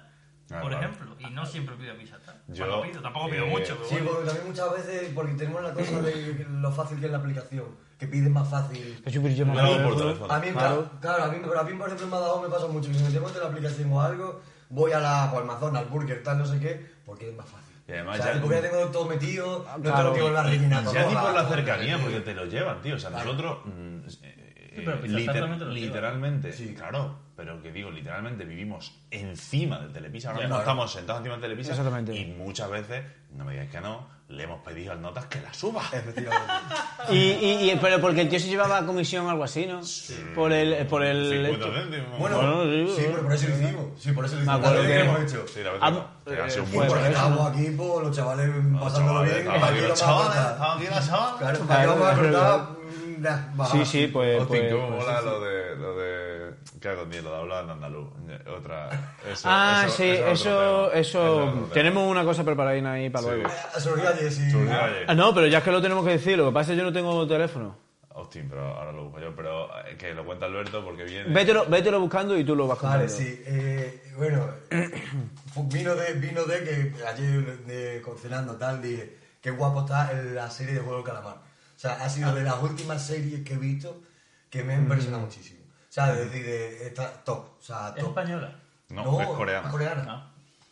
Ah, por vale. ejemplo. Y no siempre pido Pizza Tag. Yo- Cuando pido, tampoco pido eh, mucho. pero Sí, bueno. porque también muchas veces, porque tenemos la cosa de lo fácil que es la aplicación, que piden más fácil. Pero yo- pero yo me No, acuerdo. por teléfono. A mí, claro, claro, a mí, pero a mí, por ejemplo, en Badajoz me pasa mucho que si me tengo en la aplicación o algo, voy a la o al Amazon, al burger, tal, no sé qué, porque es más fácil. Y además O sea, ya- porque ya tengo todo metido, no Ah, claro. tengo que volver a rellenar todo. Ya ni por la todo. cercanía, porque te lo llevan, tío. O sea, nosotros mm, eh, Sí, pero eh, quizás liter- totalmente lo digo. literalmente, Sí. claro, pero que digo, literalmente vivimos encima del Telepisa, ahora Ya, mismo claro. estamos sentados encima del Telepisa Exactamente. y muchas veces, no me digáis que no, le hemos pedido al Notas que la suba. Efectivamente. Y, y- y- pero porque el tío se llevaba comisión o algo así, ¿no? Por el... eh, Por el 50 céntimos. Bueno, Bueno, sí, sí, pero por eso lo hicimos. Sí, por eso lo hicimos. acuerdo Claro, que- lo hemos hecho. sí, la Ah, verdad, que no, que ha eh, sido fue muy por Porque eso, bueno. estábamos aquí, pues, los chavales Los pasándolo chavales, bien. estaban ¿para aquí qué los vamos a chavales, cortar? estaban aquí los chavales. Claro, ¿para qué vamos a Claro, cortar? Nah, va, Sí, va. sí, pues... Hostia, pues- cómo pues mola sí. lo de, lo de... ¿Qué hago, tío? Lo de hablar en andaluz. Otra... Eso, Ah, eso, sí, eso... es otro tema. eso... Eso eso, es otro tema. Tenemos una cosa preparadina ahí para Sí. luego. Eh, Surgió ayer, sí. Surgió ayer. Ah, no, pero ya es que lo tenemos que decir. Lo que pasa es que yo no tengo teléfono. Hostia, pero ahora lo busco yo, pero eh, que lo cuenta Alberto porque viene. Vételo, vételo buscando y tú lo vas Vale, contando. sí. Eh, bueno, (clears throat) fu- vino de, vino de que ayer de, con- cenando tal dije, qué guapo está el- la serie de Juego del Calamar. O sea, ha sido de las últimas series que he visto que me ha impresionado muchísimo. O sea, es decir, de- está top. O sea, ¿Es top. española? No, es coreana. Coreana. No.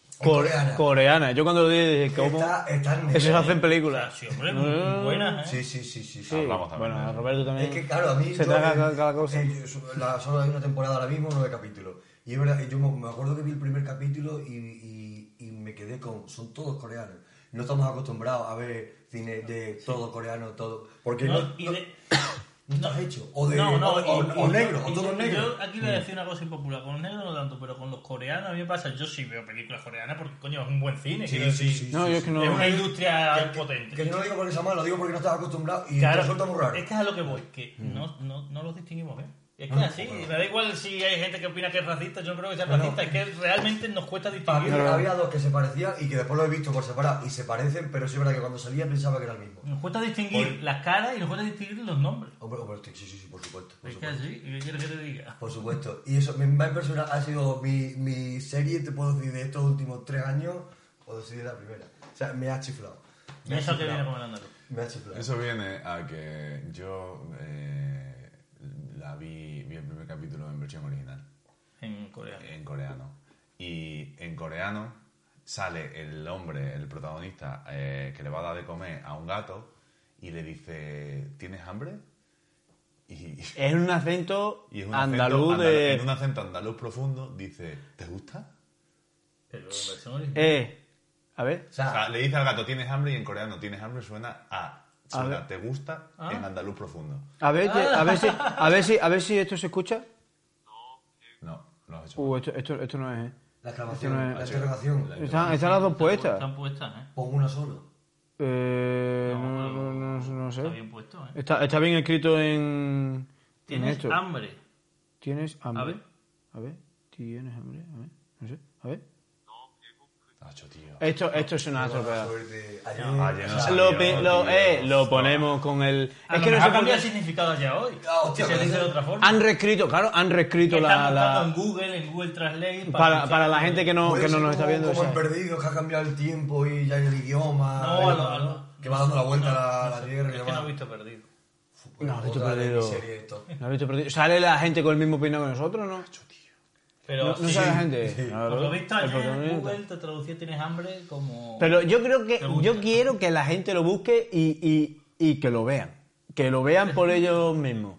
Es Cor- coreana. coreana. Yo cuando lo dije, dije, ¿cómo? Está, está en Eso se Netflix. hace en películas. Sí, hombre, muy buenas, ¿eh? Sí, sí, sí, sí. Sí. sí. Hablamos también Bueno, de eso. Roberto también. Es que claro, a mí Se yo, te haga eh, cada- cada cosa. eh, su- la- solo hay una temporada ahora mismo, nueve capítulos. Y es verdad, yo me me acuerdo que vi el primer capítulo y, y- y me quedé con. Son todos coreanos. No estamos acostumbrados a ver cine de todo coreano, todo. Porque no, No, y de- no está hecho. O de no, no, o, y- o- o y- negro, y- o Mm. todo y- negro. Yo aquí voy a decir una cosa impopular, con los negros no tanto, pero con los coreanos a mí me pasa, yo sí veo películas coreanas porque coño es un buen cine. quiero decir, No, yo es que no. Es una industria Que- potente. Que yo no lo digo porque sea malo, lo digo porque no estás acostumbrado y Claro, resulta muy raro. Mm. Es que es a lo que voy, que no, no, no los distinguimos, ¿eh? Es Ah, que es así, me da igual si hay gente que opina que es racista, yo no creo que sea racista, es que realmente nos cuesta Para mí distinguir. había dos que se parecían y que después lo he visto por separado y se parecen, pero sí es verdad que cuando salía pensaba que era el mismo. Nos cuesta distinguir las caras y nos cuesta distinguir los nombres. Hombre, hombre, sí, sí, sí, por supuesto. Por Es que supuesto. así, ¿y ¿qué quieres que te diga? Por supuesto. Y eso, mi más impresionante ha sido mi, mi serie, te puedo decir, de estos últimos tres años, puedo decir de la primera. O sea, me ha chiflado. Me ha Eso que chiflado. viene con el andaluz. Me ha chiflado. Eso viene a que yo eh, la vi, vi el primer capítulo en versión original, En Corea. en coreano. Y en coreano sale el hombre, el protagonista, eh, que le va a dar de comer a un gato y le dice, ¿tienes hambre? Y, Es un acento y es un andaluz acento, de. andaluz- en un acento andaluz profundo dice, ¿te gusta? Pero en versión original. Eh. A ver. O O sea, sea, le dice al gato, tienes hambre, y en coreano, tienes hambre, suena a. Suena, ver. Ah. te gusta en andaluz profundo. A ver, Ah. a ver si, a ver si, a ver si esto se escucha. No, no has hecho. Uh, esto, esto, esto no es. eh. la exclamación, Esto la no es- interrogación, Están, están las dos puestas. Están puestas, ¿eh? pongo una solo. Eh, no, No, no, no, no Está sé. bien puesto, ¿eh? Está, está bien escrito en. en Tienes esto. hambre. Tienes hambre. A ver. A ver. Tienes hambre. A ver. No sé. A ver. Nacho, tío. Esto, esto es una atropellada. Suerte. Ayer, ayer no sabía, Lo, pe- lo, tío. eh, lo ponemos con el. A Es lo que no se mejor ha cambiado cambia. el significado ya hoy. Ah, hostia, Si se pero dice de eso- otra forma. Han reescrito, claro, han reescrito la. Están buscando la- en Google, en Google Translate. para, escuchar- para la gente que no, Puede que no ser nos está como- viendo. pues, Como esa- en perdidos que ha cambiado el tiempo y ya el idioma. No, eh, no, no. Que va dando la vuelta No, a no la, sé, la tierra y Ah, Es que no demás. he visto perdido. No, Otra esto de mis perdido. series, esto. ¿Lo has visto perdido? ¿Sale la gente con el mismo peinado que nosotros, no? Pero No, no sí, sale la gente. Claro, por lo visto el ayer en protagonista. Google te traducía tienes hambre como... Pero yo creo que Te gusta. yo quiero que la gente lo busque y, y- y que lo vean. Que lo vean por ellos mismos.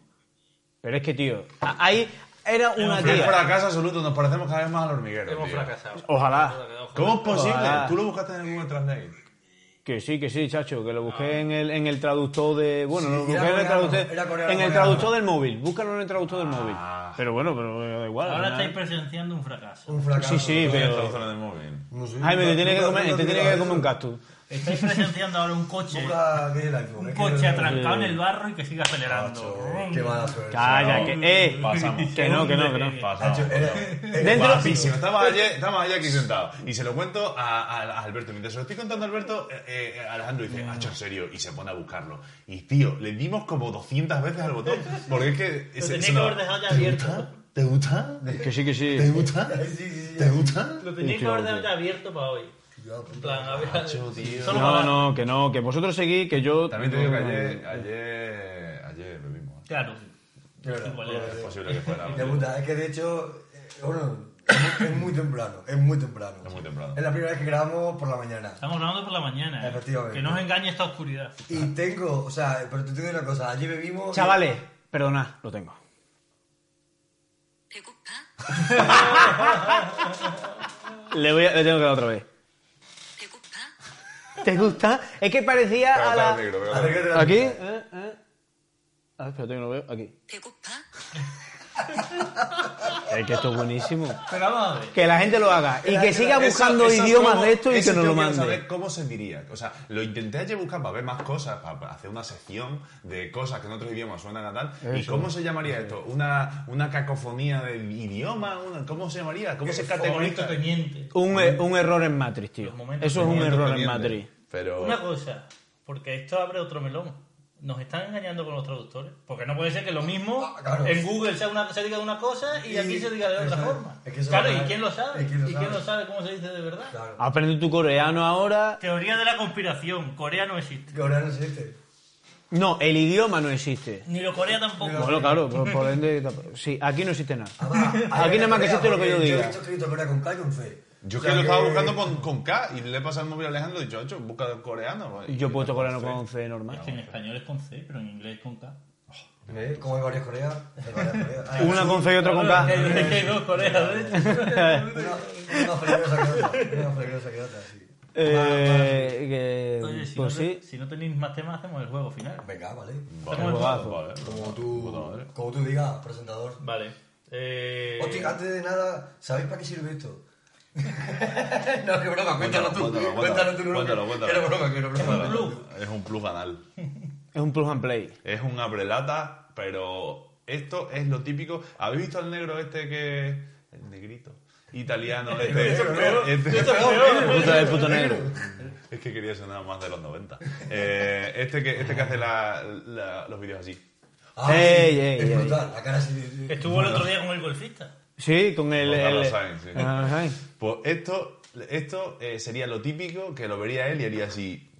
Pero es que, tío, a- ahí era una Es tía. fracaso absoluto, nos parecemos cada vez más al hormiguero. Hemos tío. fracasado. Ojalá. ¿Cómo es posible? Ojalá. Tú lo buscaste en el Google Translate. Que sí, que sí, chacho, que lo Ah. busqué en, el, en el traductor de. Bueno, Sí, lo busqué era en el coreano, traductor. era coreano, en el coreano. traductor del móvil. Búscalo en el traductor Ah. del móvil. Pero bueno, pero eh, da igual. Ahora ¿no? estáis presenciando un fracaso. Un fracaso. Sí, sí, Tú pero- estás usando el móvil. No sé, Jaime, te nunca- tienes que nunca- comer, nunca te he tienes que tirado comer un eso. cactus. Estáis presenciando ahora un coche, Nunca vi el iPhone. un es que- coche atrancado en el barro y que sigue acelerando. Macho, Qué mala suerte. Calla, que. ¡Eh! Pasamos. Que no, que no, que no. (laughs) Pasamos. Nacho, era- era- Dentro- Guapísimo. Estamos ayer, estamos ayer aquí sentados. Y se lo cuento a, a- a Alberto. Mientras se lo estoy contando a Alberto, eh, eh, Alejandro Mm. dice, hacho, en serio. Y se pone a buscarlo. Y tío, le dimos como 200 veces al botón. Porque es que. se- tenía se que lo- haber dejado ya ¿Te abierto". gusta? ¿Te gusta? Que sí, que sí. ¿Te gusta? Sí, sí, sí. ¿Te gusta? Lo tenéis que haber dejado ya abierto para hoy. Cuidado, En puta. plan, a ver, Macho, tío. solo No, para- no, que no, que vosotros seguís, que yo. También te digo que ayer, ayer, ayer bebimos. Claro. De verdad. Igual de era Es verdad. posible que (laughs) fuera. De puta, es que de hecho, eh, bueno, es muy- es muy temprano, es muy temprano. Es muy temprano. Es la primera vez que grabamos por la mañana. Estamos grabando por la mañana. ¿eh? Efectivamente. Que no os engañe esta oscuridad. Y tengo, o sea, pero te digo una cosa, allí bebimos... Chavales, perdonad, lo tengo. 배고파? Le, voy a- le tengo que dar otra vez. 배고파? ¿Te gusta? Es que parecía a Pégate al la... negro, pégate al negro. Acércate a la- Aquí. ¿Eh? ¿Eh? Ah, espérate que no lo veo. Aquí. 배고파? Es que esto es buenísimo. Pero vamos a ver. Que la gente lo haga. Y que siga Eso- buscando eso idiomas cómo- de esto y eso que nos yo lo quiero mande. saber cómo se diría. O sea, lo intenté ayer buscar para ver más cosas, para hacer una sección de cosas que en otros idiomas suenan a tal. ¿Y Eso. cómo se llamaría esto? ¿Una, una cacofonía de idioma? Una- ¿Cómo se llamaría? ¿Cómo se Momento categoriza? teniente. Un, e- un error en Matrix, tío. Un momento, Eso es un un error en Teniente, Matrix. Pero... Una cosa, porque esto abre otro melón. ¿Nos están engañando con los traductores? Porque no puede ser que lo mismo Ah, claro. en Google sea una, se diga de una cosa y, Y- aquí se diga de otra eso es. forma. Es que eso claro, lo ¿y sabe. quién lo sabe? Es que lo ¿Y quién sabe. lo sabe cómo se dice de verdad? Claro. Aprende tu coreano ahora. Teoría de la conspiración. Corea no existe. Que ahora no es este. No, el idioma no existe. Ni lo Corea tampoco. Bueno, claro, por, por ende. Sí, aquí no existe nada. Además, hay (laughs) Aquí nada más una que existe lo que yo porque diga. Yo he visto escrito Corea con K y con C. Yo O que sea lo estaba buscando con, con K y le he pasado el móvil a Alejandro y yo, hecho, busca el coreano. pues, Y Yo he puesto coreano con once. 11 Es normal. que en español es con C, pero en inglés es con K. ¿Eh? Como hay varias Coreas. hay varias Coreas. (laughs) Ah, Una con C y otra con Que K. hay- que hay dos Coreas, de (laughs) hecho. Una una fregosa que otra. Una fregosa que otra, sí. Eh, Oye, que- si, pues no, te- sí. si no tenéis más temas, hacemos el juego final. Venga, vale. Hacemos el juego. Como tú, como tú digas, presentador. Vale. Eh, Hostia, antes de nada, ¿sabéis para qué sirve esto? (laughs) no, que broma, cuéntalo tú. Cuéntalo, cuéntalo, Cuéntalo tú, no, cuéntalo, que- cuéntalo. que era broma, que era broma. Es un plus anal. Es un plus and play. Es un abrelata, pero esto es lo típico. ¿Habéis visto al negro este que. El negrito. Italiano, este. Este- Puta de puto negro. Es que quería sonar más de los 90. Eh, este, que, este que hace la- la- los vídeos así. Ah, sí, Ey, ey, es ey. brutal, la cara así. (laughs) (laughs) Estuvo el otro día con el golfista. Sí, con el. Con Carlos el- Sainz, sí. Carlos Sainz. Pues esto, esto eh, sería lo típico que lo vería él y haría así.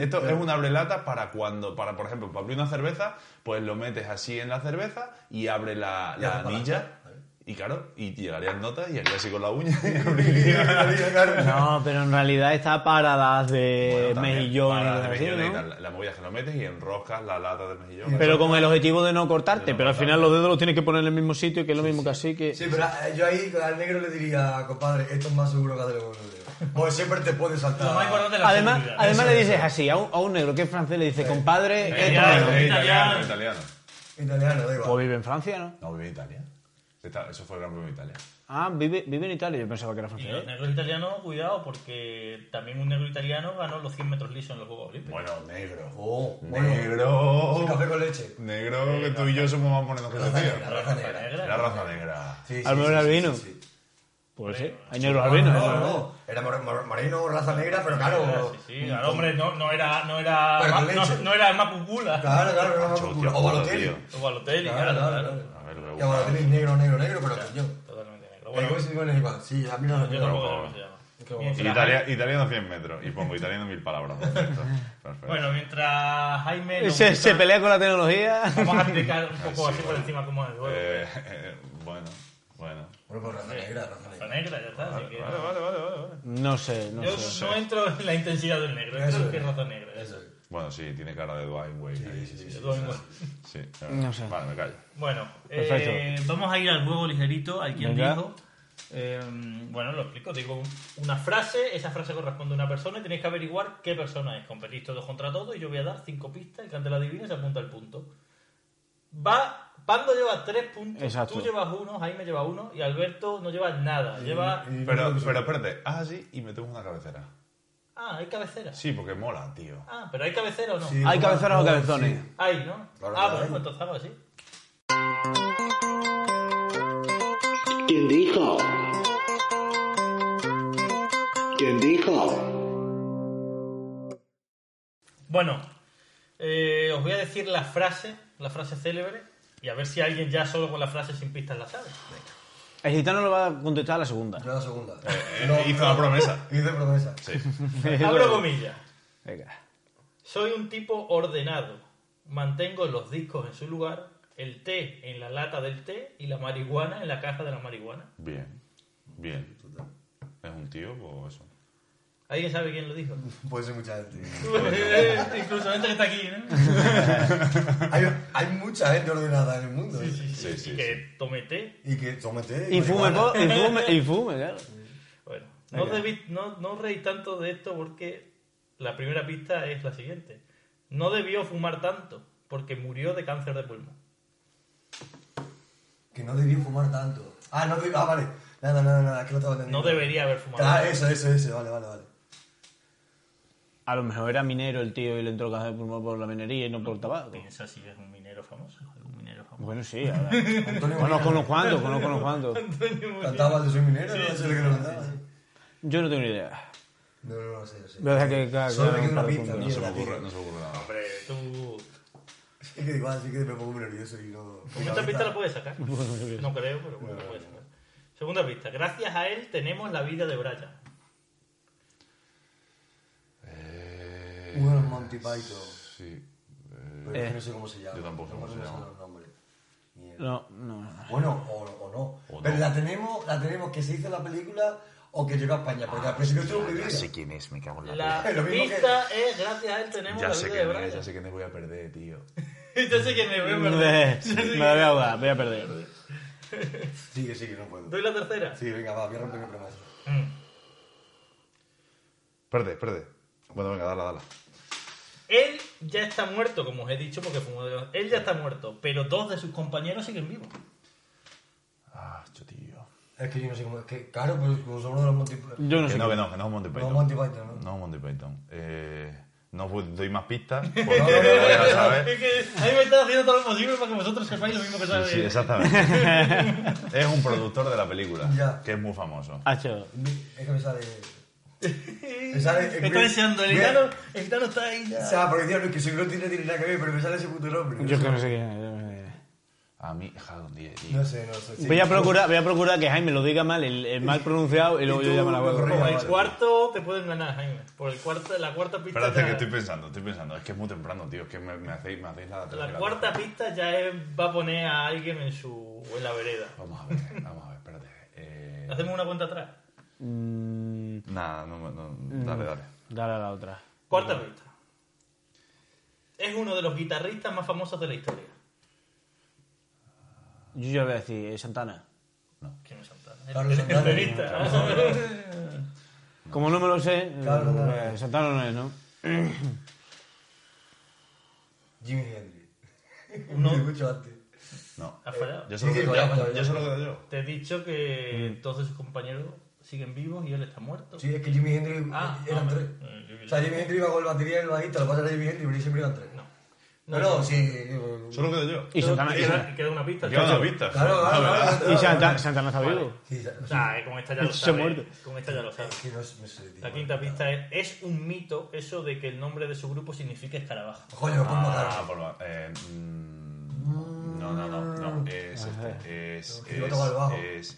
Esto es una abrelata para cuando, para por ejemplo, para abrir una cerveza, pues lo metes así en la cerveza y abre la, la hace anilla. Y claro, y llegarían notas y haría así con la uña (laughs) y abriría. No, pero en realidad está para las de Bueno, también, Eh, mejillón y para cosas de así, mejillones y ¿no? tal. La movida es que lo metes y enroscas la lata del mejillón. Pero con el objetivo de no cortarte, De no pero al cortarte. final los dedos los tienes que poner en el mismo sitio, que es lo mismo que así que. Sí, pero eh, yo ahí al negro le diría, compadre, esto es más seguro que hacerlo con el dedo. Pues siempre te puedes saltar. Lo más importante es la Además, seguridad. ¿eh? además le dices así, a un, a un negro que es francés le dice, compadre, Eh, ¿qué ya, tal?". eh, italiano. italiano, italiano. Italiano, da igual. Pues vive en Francia, ¿no? No, vive en Italia. Está- Eso fue el gran premio de Italia. Ah, vive, vive en Italia, yo pensaba que era Y francés. los negros italianos, cuidado, porque también un negro italiano ganó los 100 metros lisos en los Juegos Olímpicos. Bueno, negro. Oh, bueno. negro. Sí, café con leche. Negro, que tú y yo somos más morenos que ese La tío. raza negra. Negra, La raza negra. Sí, sí, Al menos sí, era sí, albino. sí, sí. Pues sí, hay negros No, albinos. no, ¿eh? no. Era mor- mor- moreno, raza negra, pero claro. Sí, sí, claro, hombre, no, no era, no era, Bueno, ma- con no, leche. no era Mapucula Claro, claro, era más Macho, oscuro. tío, O tío. Balotelli. o Balotelli, Claro, claro, A ver, claro. luego. Y a Balotelli negro, negro, negro, pero coño. Totalmente negro. Eh, Bueno, ¿Cómo se llama el igual? Sí, a mí no me yo tampoco sé cómo se llama. Mientras- Italia, italiano 100 metros. Y pongo italiano mil palabras. Perfecto. perfecto. Bueno, mientras Jaime... nos Se, cuenta- se pelea con la tecnología. Vamos a explicar (laughs) un poco Ah, sí, así por bueno. encima cómo es el juego. Eh, eh, (laughs) bueno, bueno. Bueno, pues raza negra, raza Raza negra. negra, ya está. así que- Vale, vale, vale, vale, vale. No sé, no Yo sé. no entro en la intensidad del negro, eso Eso es que es es. raza negra. ya Eso está. es. Bueno, sí, tiene cara de Dwight Wade. ahí, Sí, sí, sí. Yo tengo- la verdad. No sé. Vale, me callo. (laughs) Bueno, Perfecto. eh, vamos a ir al juego ligerito, al quien Venga. dijo. Eh, bueno, lo explico. Digo un- una frase, esa frase corresponde a una persona y tenéis que averiguar qué persona es. Competís todos contra todos y yo voy a dar cinco pistas. El que ante la adivine se apunta al punto. Va, Pando lleva tres puntos, Exacto. tú llevas uno, Jaime lleva uno y Alberto no lleva nada. Lleva... Y- Pero, pero espérate, haz así y metemos una cabecera. Ah, hay cabecera. Sí, porque mola, tío. Ah, pero hay cabecera o no. Sí, ¿Hay bueno, cabezones o bueno, cabezones? sí. Hay, ¿no? Claro ah, que bueno, hay. pues entonces hago así. ¿Quién dijo? ¿Quién dijo? Bueno, eh, os voy a decir la frase, la frase célebre, y a ver si alguien ya solo con la frase sin pistas la sabe. El gitano lo va a contestar a la segunda. Yo la segunda. Eh, No, hizo la promesa. Hice promesa. Sí. Abro comillas. Venga. Soy un tipo ordenado. Mantengo los discos en su lugar, el té en la lata del té y la marihuana en la caja de la marihuana. Bien. Bien. Es un tío, pues eso. ¿Alguien sabe quién lo dijo? Puede ser Pues mucha gente. (laughs) Incluso gente que está aquí, ¿no? Hay, hay mucha gente ordenada en el mundo. ¿eh? Sí, sí, y que tome té. Y que tómate. Y fume, marihuana. po- y fume, y fume, claro. Bueno, no, Venga. debí- no, no reí tanto de esto porque la primera pista es la siguiente. No debió fumar tanto porque murió de cáncer de pulmón. Que no debía fumar tanto. Ah, no debía. Ah, vale. Nada, nada, nada. Que lo estaba entendiendo. No debería haber fumado. Ah, eso, eso, eso. Vale, vale, vale. A lo mejor era minero el tío y le entró cáncer de pulmón por la minería y no por tabaco. Piensa si es un minero famoso, algún minero famoso. Bueno, sí, ahora. Antonio Conozco Molina. unos cuantos, conozco unos cuantos. Antonio Molina. Cantaba el de Soy Minero, no sé el que lo cantaba. Yo no tengo ni idea. No, no, no, no sé, no sé. Voy a dejar que cada- Solo me cada queda una uno pinta, para No se me mierda, tío. ocurre, no se me ocurre nada. Hombre, tú... Es que igual, sí que me pongo muy nervioso y no. Con esta pista la puedes sacar. No creo, pero bueno, la puedes sacar. Segunda pista. Gracias a él tenemos la vida de Brian. Uno de los Monty Python. Eh, Sí. Pero es que no sé cómo se llama. yo tampoco sé No cómo se sé llama. los nombres. Mierda. No, no. Bueno, o, o no. O Pero no. la tenemos, la tenemos que se hizo la película o que llegó a España. Porque Ah, al principio estuvo muy bien. quién es, me cago La Lo mismo que- pista es gracias a él tenemos Ya la sé vida de quién Brian. es, ya sé quién es, voy a perder, tío. (laughs) Yo sé quién (laughs) es, voy a Me perder. me la voy a ahogar, voy a perder. Sigue, sigue, no puedo. Doy la tercera. Mm. Sí, venga, va, voy a romper mi promesa. Perde, perde. Bueno, venga, dala, dala. Él ya está muerto, como os he dicho, porque fumó de- Él ya está muerto, pero dos de sus compañeros siguen vivos. Ah, yo, tío. Es que yo no sé cómo. Es que, claro, pues como somos de los Monty Python. Yo no que sé. no, qué- que no, que no es Monty Python. No, Monty Python, ¿no? No es Monty Python. Eh, no os doy más (laughs) pistas porque No, no no, no, lo voy a saber. Es que a mí me están haciendo todo lo posible para que vosotros sepáis lo mismo que Sí, sabéis. sí, exactamente. (laughs) es un productor de la película, Ya. que es muy famoso. Hacho. Es que me sale. Me sale. Me está deseando, el Voy a- gitano, el gitano está ahí. O ya. sea, porque decía, no, es que soy grotis no tiene nada que ver, pero me sale ese puto nombre. Yo es que no sé quién es, yo no sé quién es. A mí, Jadon Díez, tío. No sé, no sé. sí. Voy a procurar, voy a procurar que Jaime lo diga mal, el, el mal pronunciado, y luego Y yo tú llamo a la lo huevo. corriges. Por el Vale. cuarto te pueden ganar, Jaime. Por el cuarto, la cuarta pista. Espérate, ya- que estoy pensando, estoy pensando. Es que es muy temprano, tío. Es que me, me hacéis, me hacéis la La tercera. cuarta pista ya es- va a poner a alguien en su en la vereda. Vamos a ver, vamos a ver, espérate. Eh, Hacemos una cuenta atrás. Mm, Nada, no, me- no, dale, dale. dale a la otra. Cuarta pista. Es uno de los guitarristas más famosos de la historia. Yo ya voy a decir eh, Santana. ¿Quién es Santana? Carlos El- el Santana. pianista, ¿no? Como no me lo sé, Claro, eh, claro. Santana no es, ¿no? Jimi Hendrix. Uno. (laughs) No. mucho antes. No. ¿Has fallado? Yo solo Sí, quedo vaya, vaya, yo. vaya. Yo solo quedo yo. Te he dicho que todos sus compañeros siguen vivos y él está muerto. Sí, es que Jimi Hendrix Ah, eran ah, tres. eh, Jimi O sea, Jimi Hendrix iba con el batería y el bajista, lo que pasa era Jimi Hendrix, pero siempre eran tres. No. No, no, sí. eh, Solo quedo yo. Y Santana, y Queda, San- queda una pista. Yo no vistas. Claro, claro, claro, y claro, Santa- claro. Santana está vivo. Sí, sa- O sea, eh, con esta ya (laughs) lo Se ha sabes. muerto. Con esta ya lo sabes. Que no es- no sé, tío. La quinta pista es, es un mito eso de que el nombre de su grupo significa escarabajo. Coño, pues, lo puedo Ah, matar. por favor. Eh, mm, no, no, no, no. Es este. Es. que yo toco el bajo. Es. es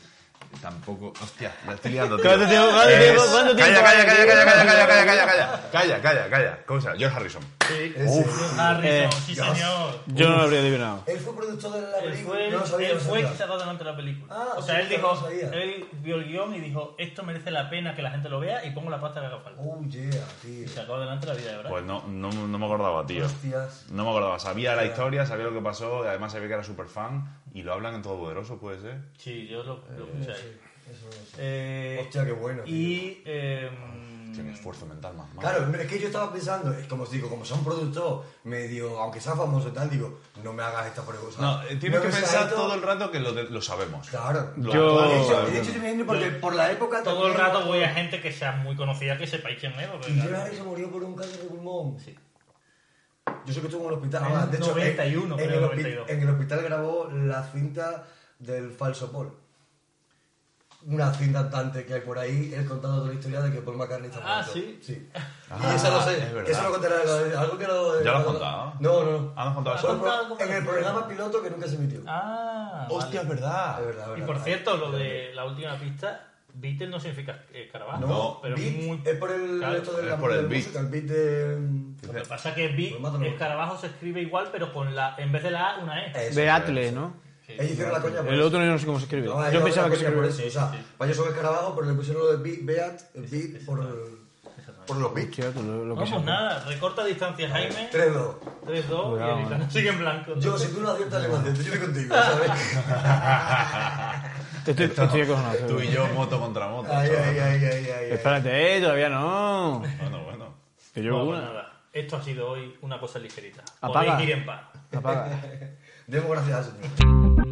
tampoco. Hostia, la estoy liando. tío. ¿Cuánto tiempo? ¿Cuánto Es- tiempo? ¿Cuánto tiempo? Calla, calla, calla, calla, calla, calla, calla, calla, calla. Calla, calla, calla. Cosa, George Harrison. Sí, Ese. Ah, Harrison, eh, sí señor. Yo no lo habría adivinado. Él fue productor de la Él película. fue, No lo sabía, él no fue sabía. que estaba delante de la película. Ah, o sea, sí, él yo dijo, no sabía. él vio el guión y dijo, esto merece la pena que la gente lo vea y pongo la pasta que haga falta. Oh, yeah, tío. Y sacó adelante la vida de Brad. Pues no, no, no me acordaba, tío. Hostias. No me acordaba. Sabía la historia, sabía lo que pasó, y además sabía que era súper fan. Y lo hablan en todo poderoso, puede ser. Sí, yo lo, lo escuché ahí. Eso no lo sé. Eh, Hostia, qué bueno, tío. Y... eh, Tiene esfuerzo mental más malo. Claro, hombre, es que yo estaba pensando, es como os digo, como son productor medio, aunque sea famoso y tal, digo, no me hagas esta prueba. o sea, No, eh, tienes que no me hagas pensar esto. todo el rato que lo, de- lo sabemos. Claro. Lo Yo- De actual- hecho, de hecho, yo me viene porque por la época... todo el también- rato voy a gente que sea muy conocida que sepáis quién es. porque, Y yo claro. nadie se murió por un cáncer de pulmón. Sí. Yo sé que estuvo en el hospital. En ah, de hecho, 91, en, en creo, el hospi- 92. en el hospital grabó la cinta del falso Paul. Una cinta andante que hay por ahí, él contando toda la historia de que Paul McCartney está Ah, muerto. ¿sí? y eso lo sé. Ah, es verdad. Eso lo contaré algo- algún día lo- ¿Ya lo has contado? No, no, no. Ah, ¿no has contado Ah, eso? Solo contado por- como en el lo- programa piloto que nunca se emitió. Ah, Hostia, vale. es verdad. Es verdad, es Y verdad. por cierto, lo de la última pista, Beatles no significa eh, escarabajo. No, pero Beat muy... es por el claro, esto de es la por el de la beat. música, el beat de Lo que pasa es que Big, Pues mátalo. escarabajo se escribe igual, pero con la, en vez de la A, una E. Eso, Beatle, ¿no? Sí. Ellos hicieron la coña por El eso. otro yo no sé cómo se escribe. No, Yo ellos pensaba que se hicieron la coña por escribía. eso, o sea, para ellos son escarabajos, pero le pusieron lo de beat, beat por el- Esa por los bits. Hostia, tú lo, lo que No, pues sabes. nada, recorta distancia, Jaime. 3, 2. 3-2 y Cuidado, eh. el gitano sigue en blanco. Yo, si tú no aciertas, levanté. Yo estoy contigo, ¿sabes? Te estoy, te estoy acojonado, Tú y seguro. yo, moto contra moto. Ay, chaval. ay, ay, ay, ay. ay. Espérate, eh, todavía no. Bueno, bueno. Que yo Bueno, pues una. nada, esto ha sido hoy una cosa ligerita. Apaga. Podéis ir en paz. Apaga. Demos gracias al Señor.